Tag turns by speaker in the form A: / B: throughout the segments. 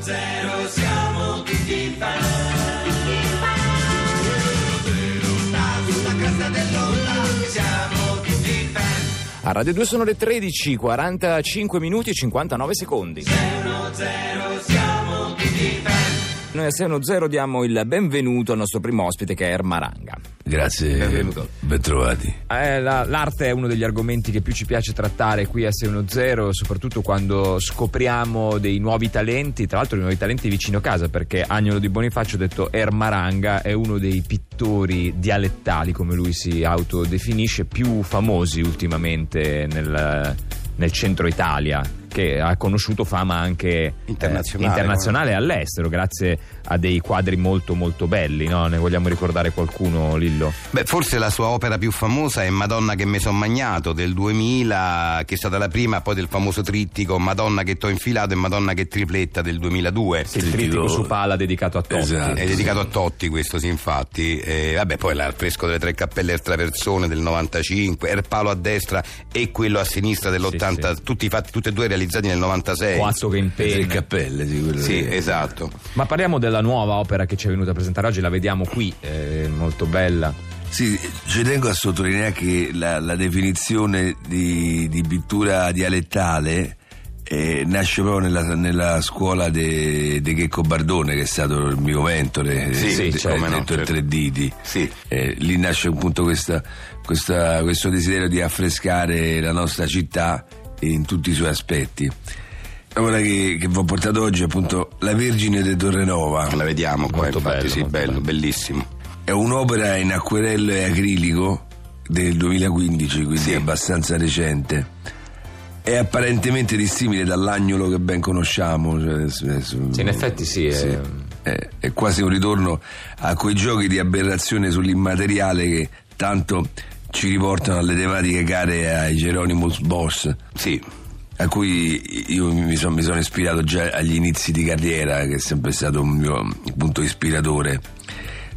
A: zero siamo tutti fan. Zero sta sulla cresta dell'onda, siamo tutti fan.
B: A Radio 2 sono le 13, 45 minuti e 59 secondi.
A: Zero zero siamo tutti fan.
B: Noi a Seno Zero diamo il benvenuto al nostro primo ospite che è Ermaranga.
C: Grazie,
B: Benvenuto.
C: bentrovati.
D: Eh, la- l'arte è uno degli argomenti che più ci piace trattare qui a 610, soprattutto quando scopriamo dei nuovi talenti, tra l'altro dei nuovi talenti vicino casa, perché Agnolo di Bonifacio, detto Ermaranga, è uno dei pittori dialettali, come lui si autodefinisce, più famosi ultimamente nel, nel centro Italia, che ha conosciuto fama anche eh,
E: Internazionale,
D: internazionale e all'estero, grazie a dei quadri molto molto belli, no? Ne vogliamo ricordare qualcuno, Lillo?
E: Beh, forse la sua opera più famosa è Madonna che me son magnato del 2000, che è stata la prima, poi del famoso trittico Madonna che t'ho infilato e Madonna che tripletta del 2002.
D: Sì, il trittico su pala dedicato a Totti.
C: Esatto.
E: È dedicato a Totti questo, sì, infatti. Eh, vabbè, poi là, il fresco delle tre cappelle er traversone del 95, er palo a destra e quello a sinistra dell'80,
D: Sì,
E: tutti fatti, tutti e due realizzati nel 96.
D: Quattro che
C: Le tre
D: impegna.
C: cappelle, sì, quello
E: Sì,
C: che-
E: esatto.
D: Ma parliamo della nuova opera che ci è venuta a presentare oggi, la vediamo qui, è molto bella.
C: Sì, ci tengo a sottolineare che la, la definizione di, di pittura dialettale eh, nasce proprio nella, nella scuola di Checco Bardone, che è stato il mio mentore,
E: Sì,
C: eh,
E: sì,
C: de-
E: come no,
C: detto il
E: certo.
C: Tre Diti.
E: Sì.
C: Eh, lì nasce appunto questa- questa- questo desiderio di affrescare la nostra città in tutti i suoi aspetti. L'opera che, che vi ho portato oggi è appunto La Vergine di Torrenova.
E: La vediamo qua,
D: Molto
E: infatti,
D: bello,
E: sì,
D: molto
E: bello,
D: bello.
E: bellissimo.
C: È un'opera in acquerello e acrilico del 2015, quindi
E: Sì.
C: abbastanza recente. È apparentemente dissimile dall'agnolo che ben conosciamo. cioè, s- s-
D: Sì, in effetti sì, è-
C: È, eh, è quasi un ritorno a quei giochi di aberrazione sull'immateriale che tanto ci riportano alle tematiche care ai Geronimus Boss
E: Sì,
C: a cui io mi, son- mi sono ispirato già agli inizi di carriera, che è sempre stato un mio punto ispiratore.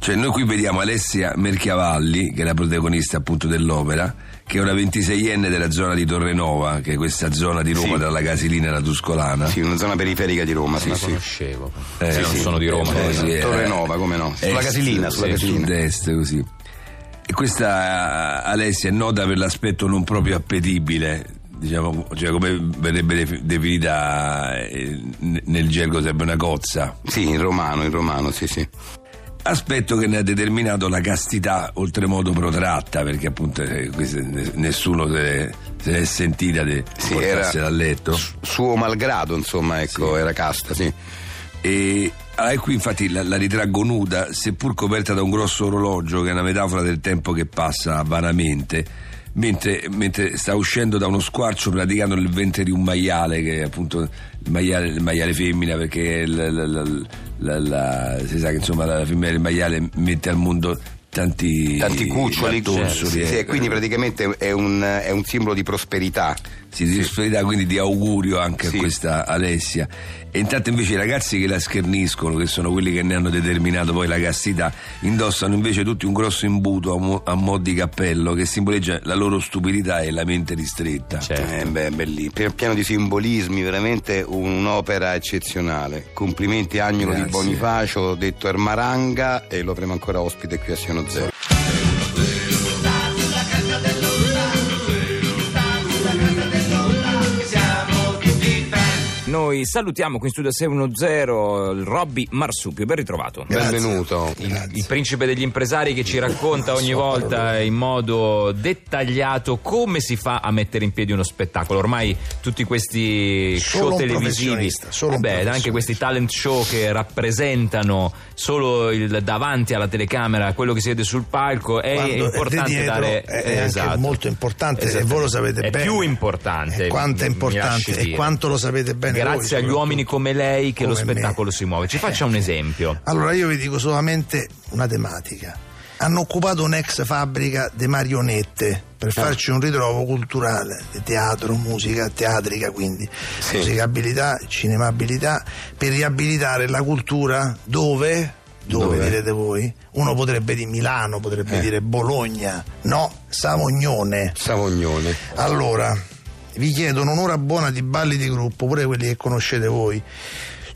C: Cioè, noi qui vediamo Alessia Merchiavalli, che è la protagonista appunto dell'opera, che è una 26enne della zona di Torrenova, che è questa zona di Roma
E: Sì.
C: tra la Casilina e la Tuscolana.
D: Eh?
E: sì, una zona periferica di Roma, sì, sì.
D: Conoscevo.
C: Eh,
D: Sì, non
C: sì.
D: sono di Roma.
C: Eh,
D: no,
C: sì,
D: no.
C: eh.
E: Torrenova, come no? Sulla
C: Est,
E: Casilina, sulla
C: sì,
E: Casilina.
C: sud-est, così. E questa eh, Alessia è nota per l'aspetto non proprio appetibile, diciamo, cioè come verrebbe def- definita eh, n- nel gergo sarebbe una cozza.
E: Sì, in romano, in romano, sì, sì.
D: Ecco.
C: Aspetto che ne ha determinato la castità oltremodo protratta, perché appunto eh, questa- ne- nessuno se l'è, se l'è sentita di
E: Sì,
C: portarsela
E: era-
C: a letto.
E: Suo malgrado, insomma, ecco, era casta, sì.
C: E, ah, e qui infatti la, la ritraggo nuda, seppur coperta da un grosso orologio che è una metafora del tempo che passa vanamente, mentre, mentre sta uscendo da uno squarcio praticando il ventre di un maiale, che è appunto il maiale, il maiale femmina, perché la- la- la- la- la- si sa che insomma la femmina del maiale mette al mondo tanti,
E: Tanti cuccioli, certo,
C: torsoli,
E: sì, sì,
C: eh.
E: e quindi praticamente è un, è un simbolo di prosperità.
C: Sì, di solidarietà, quindi di augurio anche
E: Sì.
C: a questa Alessia. E intanto invece i ragazzi che la scherniscono, che sono quelli che ne hanno determinato poi la castità, indossano invece tutti un grosso imbuto a mo, a mo' di cappello che simboleggia la loro stupidità e la mente ristretta.
D: Certo.
E: Eh, beh, bellì. Pi- Piano di simbolismi, veramente un'opera eccezionale. Complimenti Agnolo di
C: Grazie.
E: Bonifacio, detto Ermaranga, e lo avremo ancora ospite qui a Siano Zero.
B: Noi salutiamo qui in studio 610 il Robby Marsupio, ben ritrovato.
E: Benvenuto.
D: Il, il principe degli impresari che ci racconta ogni volta in modo dettagliato come si fa a mettere in piedi uno spettacolo. Ormai tutti questi
F: Solo
D: show
F: un
D: televisivi,
F: professionista, solo un
D: vabbè, anche
F: professionista.
D: questi talent show che rappresentano solo il davanti alla telecamera, quello che siede sul palco, è
F: Quando è
D: importante
F: di dietro
D: dare
F: è anche molto importante, e
D: Esattamente.
F: voi lo sapete
D: è
F: bene.
D: più importante.
F: E quanto è
D: mi- mi lasci
F: importante e
D: dire.
F: quanto lo sapete bene voi,
D: Grazie agli
F: soprattutto.
D: uomini come lei che lo
F: Come me.
D: spettacolo si muove. Ci faccia un esempio.
F: Allora io vi dico solamente una tematica. Hanno occupato un'ex fabbrica di marionette per farci un ritrovo culturale, di teatro, musica teatrica, quindi musicabilità, cinemabilità, per riabilitare la cultura dove, dove, direte voi? Uno potrebbe dire Milano, potrebbe dire Bologna, no, Savognone.
E: Savognone.
F: Allora, vi chiedono un'ora buona di balli di gruppo, pure quelli che conoscete voi.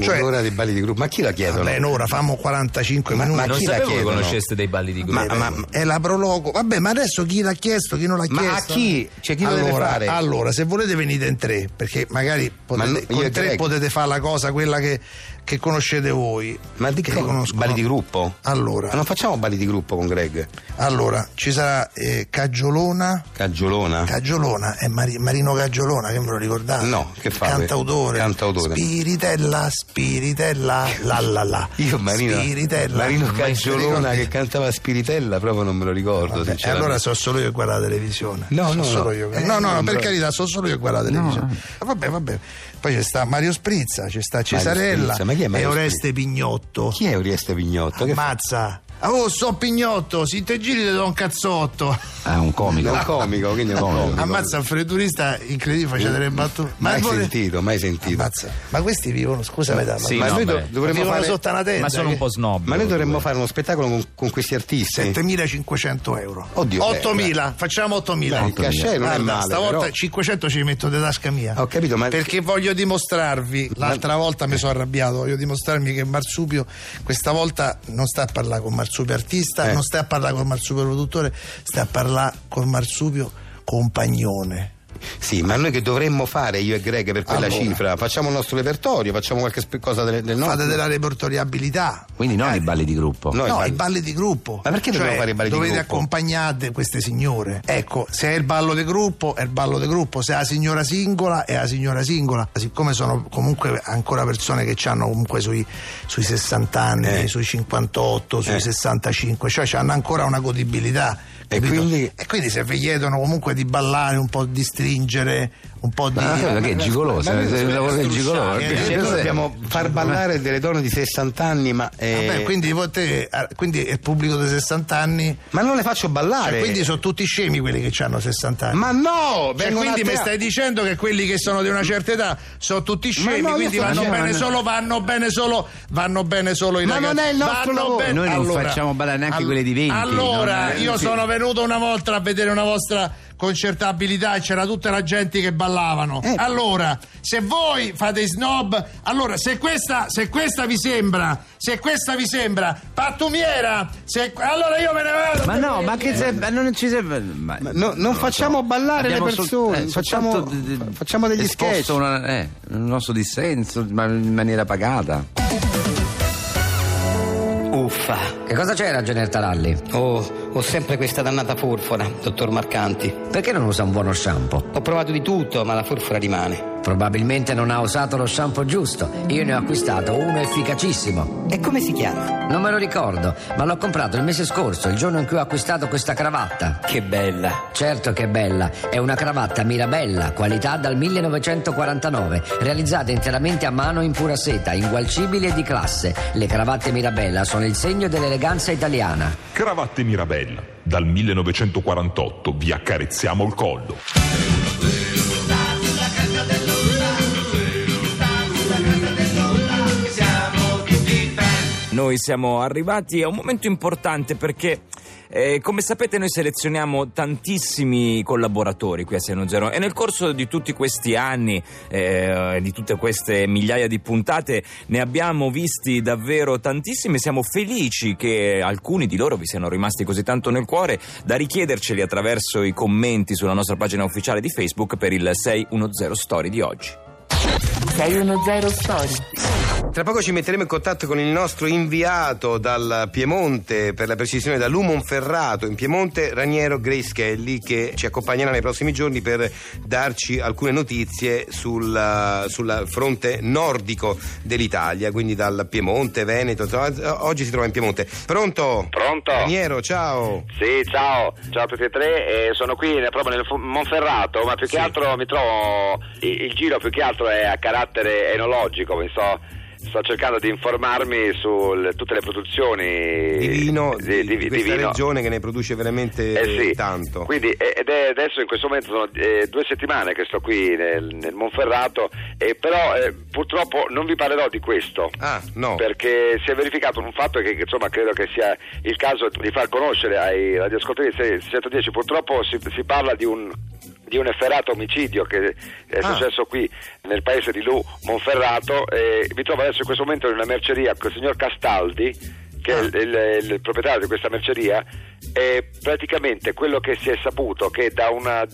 F: Cioè-
E: un'ora dei balli di gruppo. Ma chi la chiedono?
F: Vabbè, un'ora, famo 45
E: Ma-
F: minuti.
E: ma
G: non
E: chi la
G: sapevo che
E: chiedono?
G: conosceste dei balli di gruppo.
E: Ma- ma-
F: È la prologo. Vabbè, ma adesso chi l'ha chiesto, chi non l'ha
E: Ma a
F: chiesto?
E: chi? Cioè, chi lo deve
F: allora,
E: fare?
F: Allora, se volete venite in tre, perché magari potete,
E: no, io
F: con
E: e
F: tre
E: Greg.
F: potete fare la cosa, quella che, che conoscete voi.
E: Ma di
F: che
E: che
F: conoscono.
E: Balli di gruppo?
F: Allora,
E: Ma non facciamo balli di gruppo con Greg.
F: allora, ci sarà eh, Caggiolona.
E: Caggiolona.
F: Caggiolona è Mari- Marino Caggiolona, che me lo ricordate?
E: No, che fa?
F: Cantautore.
E: Cantautore.
F: Spiritella, spiritella, la la la.
E: Io Marino,
F: Spiritella.
E: Marino
F: Ma
E: Caggiolona
F: ti ricordi?
E: che cantava Spiritella proprio non me lo ricordo
F: Vabbè, e
E: sinceramente.
F: allora so solo io che guarda la televisione.
E: No,
F: So
E: no,
F: solo
E: no.
F: io che-
E: Eh,
F: no, no, no, per
E: però-
F: carità, so solo io che guarda la televisione. Ah, Vabbè, vabbè. Poi c'è sta Mario Sprizza, c'è sta Cesarella
E: Sprizza, ma chi è
F: e
E: Mario
F: Oreste Pignotto.
E: Chi è Oreste Pignotto? Che fa?
F: Ammazza. Ah, Oh, so Pignotto, si te giri te do un cazzotto.
G: Ah, un comico.
E: È un comico, quindi è un comico.
F: Ammazza un freddurista incredibile, faceva delle battute. Ma
E: Mai
F: voi-
E: sentito, mai sentito.
F: Ammazza. Ma questi vivono, scusami, ma,
G: Sì,
F: ma
G: no,
E: noi do-
G: beh.
E: dovremmo
F: vivono
E: fare-
F: sotto una tenda.
G: Ma sono
F: che-
G: un po' snob.
E: eh. Ma noi dovremmo
G: due.
E: fare uno spettacolo con, con questi artisti.
F: 7500 euro.
E: Oddio,
F: 8000, facciamo 8000.
E: Beh, il cachet non è
F: Guarda,
E: male,
F: Stavolta
E: però.
F: 500 ci metto di tasca mia.
E: Ho capito, ma-
F: Perché voglio dimostrarvi, l'altra volta mi sono arrabbiato, voglio dimostrarmi che Marsupio questa volta non sta a parlare con Marsupio artista,
E: Eh.
F: non sta a parlare con Marsupio produttore, sta a parlare con Marsupio compagnone.
E: Sì, ma noi che dovremmo fare io e Greg per quella
F: Allora.
E: cifra? Facciamo il nostro repertorio, facciamo qualche spe- cosa del, del nostro.
F: Fate della repertoriabilità.
G: Quindi non
C: Eh.
G: i balli di gruppo.
E: No,
F: No,
E: infatti.
F: i balli di gruppo.
E: Ma perché
F: Cioè,
E: dobbiamo fare i balli di
F: dovete
E: gruppo?
F: accompagnare queste signore. Ecco, se è il ballo di gruppo, è il ballo di gruppo. Se è la signora singola, è la signora singola. Siccome sono comunque ancora persone che hanno comunque sui, sui 60 anni,
E: Eh.
F: sui 58, sui
E: Eh.
F: 65, cioè hanno ancora una godibilità.
E: E
F: capito?
E: quindi-
F: E quindi se vi chiedono comunque di ballare, un po' di stringere, un po' di...
G: Ma quello che è gigoloso,
E: ma-
G: eh,
E: ma-
G: il lavoro del
F: ma-
G: gigoloso.
F: Eh,
E: Cioè,
G: perché-
E: noi dobbiamo far ballare delle donne di 60 anni, ma. eh,
F: Vabbè, quindi, voi te- ah, quindi è il pubblico dei 60 anni
E: Ma non le faccio
F: Cioè,
E: ballare.
F: quindi sono tutti scemi quelli che hanno 60 anni.
E: Ma no!
F: Cioè,
E: vengono
F: quindi
E: a
F: mi
E: teatro.
F: stai dicendo che quelli che sono di una certa età sono tutti scemi,
E: no, io
F: quindi
E: sto
F: vanno
E: dicendo-
F: bene, solo, vanno bene solo vanno bene solo i
E: Ma
F: ragazzi.
E: non è il nostro
F: Vanno
E: lavoro.
F: bene-
G: Noi non facciamo ballare neanche quelli di 20,
F: Allora,
G: non è-
F: io
G: sì.
F: sono venuto una volta a vedere una vostra concertabilità e c'era tutta la gente che ballavano.
E: Ecco.
F: Allora, se voi fate i snob, allora se questa, se questa vi sembra, se questa vi sembra pattumiera, se- allora io me ne vado.
G: Ma no, ma che se- ma non ci serve. Ma,
E: Ma no- non facciamo ballare le
G: Abbiamo sol-
E: persone,
G: eh,
E: facciamo-
G: soltanto d- d-
E: facciamo degli
G: esposto
E: sketch.
G: una- eh, un nostro dissenso, ma in maniera pagata.
H: Uffa,
I: Che cosa c'era, Gener Taralli?
H: oh, ho sempre questa dannata forfora, dottor Marcanti.
I: Perché non usa un buono shampoo?
H: Ho provato di tutto, ma la forfora rimane.
I: Probabilmente non ha usato lo shampoo giusto. Io ne ho acquistato uno efficacissimo.
H: E come si chiama?
I: Non me lo ricordo, ma l'ho comprato il mese scorso, il giorno in cui ho acquistato questa cravatta.
H: Che bella.
I: Certo che è bella, è una cravatta Mirabella, qualità dal 1949, realizzata interamente a mano in pura seta, ingualcibile e di classe. Le cravatte Mirabella sono il segno dell'eleganza italiana.
J: Cravatte Mirabella. Dal 1948 vi accarezziamo il collo.
B: Noi siamo arrivati a un momento importante perché, eh, come sapete, noi selezioniamo tantissimi collaboratori qui a Seno Zero e nel corso di tutti questi anni, eh, di tutte queste migliaia di puntate, ne abbiamo visti davvero tantissimi. Siamo felici che alcuni di loro vi siano rimasti così tanto nel cuore da richiederceli attraverso i commenti sulla nostra pagina ufficiale di Facebook per il 610 Story di oggi.
K: 610 Story.
E: Tra poco ci metteremo in contatto con il nostro inviato dal Piemonte, per la precisione da Lumonferrato in Piemonte, Raniero Graschelli, che ci accompagnerà nei prossimi giorni per darci alcune notizie sul, eh, sul fronte nordico dell'Italia, quindi dal Piemonte, Veneto, insomma, oggi si trova in Piemonte. Pronto?
L: Pronto?
E: Raniero, ciao.
L: Sì, ciao, ciao a tutti e tre, eh, sono qui ne- proprio nel Fu- Monferrato, ma più che altro mi trovo, il, il giro più che altro è a carattere enologico, mi sto, sto cercando di informarmi su tutte le produzioni
E: Di vino, di,
L: Eh, di-
E: di
L: di- di
E: questa
L: vino.
E: regione che ne produce veramente
L: Eh sì.
E: tanto.
L: Quindi, eh, ed è adesso in questo momento sono eh, due settimane che sto qui nel, nel Monferrato, eh, però eh, purtroppo non vi parlerò di questo.
E: Ah, no.
L: Perché si è verificato un fatto che insomma credo che sia il caso di far conoscere ai radioascoltatori di 610. Purtroppo si, si parla di un di un efferato omicidio che eh, è
E: Ah.
L: successo qui nel paese di Lu Monferrato e mi trovo adesso in questo momento in una merceria con il signor Castaldi che
E: Ah.
L: è il, il- il proprietario di questa merceria e praticamente quello che si è saputo che da una,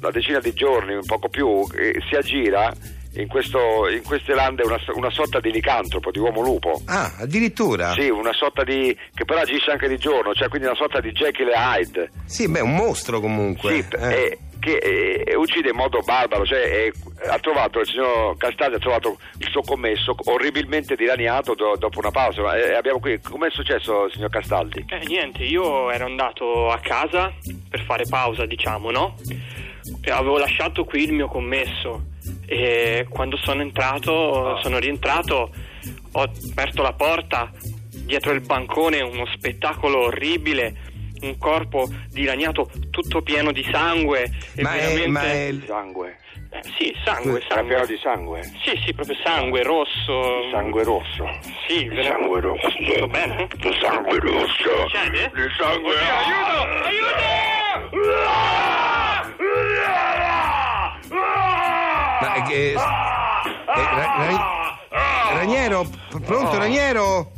L: una decina di giorni, un poco più, eh, si aggira in, questo, in queste lande una, una sorta di licantropo, di uomo lupo.
E: Ah, addirittura?
L: Sì, una sorta di. che però agisce anche di giorno, cioè quindi una sorta di Jekyll e Hyde.
E: Sì, beh, un mostro comunque.
L: Sì,
E: Eh.
L: e- che eh, uccide in modo barbaro, cioè eh, ha trovato il signor Castaldi ha trovato il suo commesso orribilmente diraniato do- dopo una pausa. Ma, eh, abbiamo qui, com'è successo signor Castaldi?
M: Eh, niente, io ero andato a casa per fare pausa, diciamo, no? E avevo lasciato qui il mio commesso e quando sono entrato,
E: Ah.
M: sono rientrato, ho aperto la porta, dietro il bancone uno spettacolo orribile, un corpo dilaniato tutto pieno di sangue e
E: Ma è-
M: veramente
E: ma è-
L: Sangue.
M: Eh, sì, sangue, sangue.
L: di sangue.
M: Sì, sì, proprio sangue rosso.
L: Sangue rosso.
M: Sì, veramente. Sangue rosso. Tutto bene?
L: sangue rosso.
M: Succede?
L: Il sangue
M: Aiuto!
E: Ma è che- eh,
L: Ah!
E: Ra- Ra- Raniero, p-
L: Ah!
E: pronto Raniero?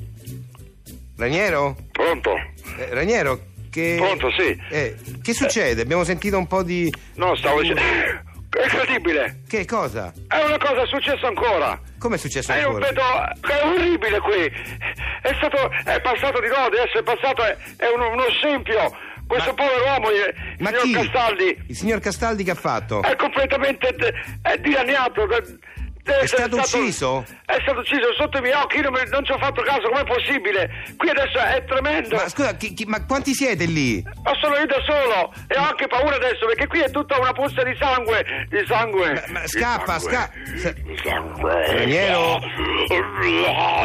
E: Raniero?
L: Pronto?
E: Eh, Raniero, che...
L: Pronto, sì.
E: Eh, che succede? Abbiamo sentito un po' di...
L: No, stavo dicendo. È incredibile!
E: Che cosa?
L: È una cosa è successa ancora!
E: Come è successo
L: È un
E: ancora?
L: vedo. È orribile qui! È stato. È passato di notte, adesso è passato. È, è uno, uno scempio! Questo povero uomo, il
E: Ma
L: signor
E: chi? Oh.
L: Castaldi,
E: Il signor Castaldi che ha fatto?
L: è completamente. de- è dilaniato! de- deve
E: È
L: essere
E: stato ucciso?
L: È stato ucciso sotto i miei occhi, io non, mi- non ci ho fatto caso, com'è possibile? Qui adesso è tremendo!
E: Ma scusa, chi- chi- ma quanti siete lì?
L: Ma sono io da solo e ho anche paura adesso perché qui è tutta una puzza di sangue, di sangue.
E: Ma scappa, scappa!
L: Di sangue.
E: Raniero!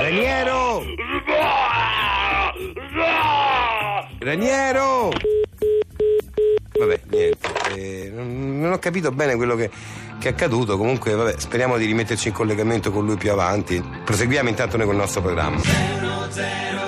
E: Raniero! Raniero! Vabbè, niente. eh, non non ho capito bene quello che, che è accaduto. Comunque, vabbè, speriamo di rimetterci in collegamento con lui più avanti. Proseguiamo intanto noi col nostro programma.
A: zero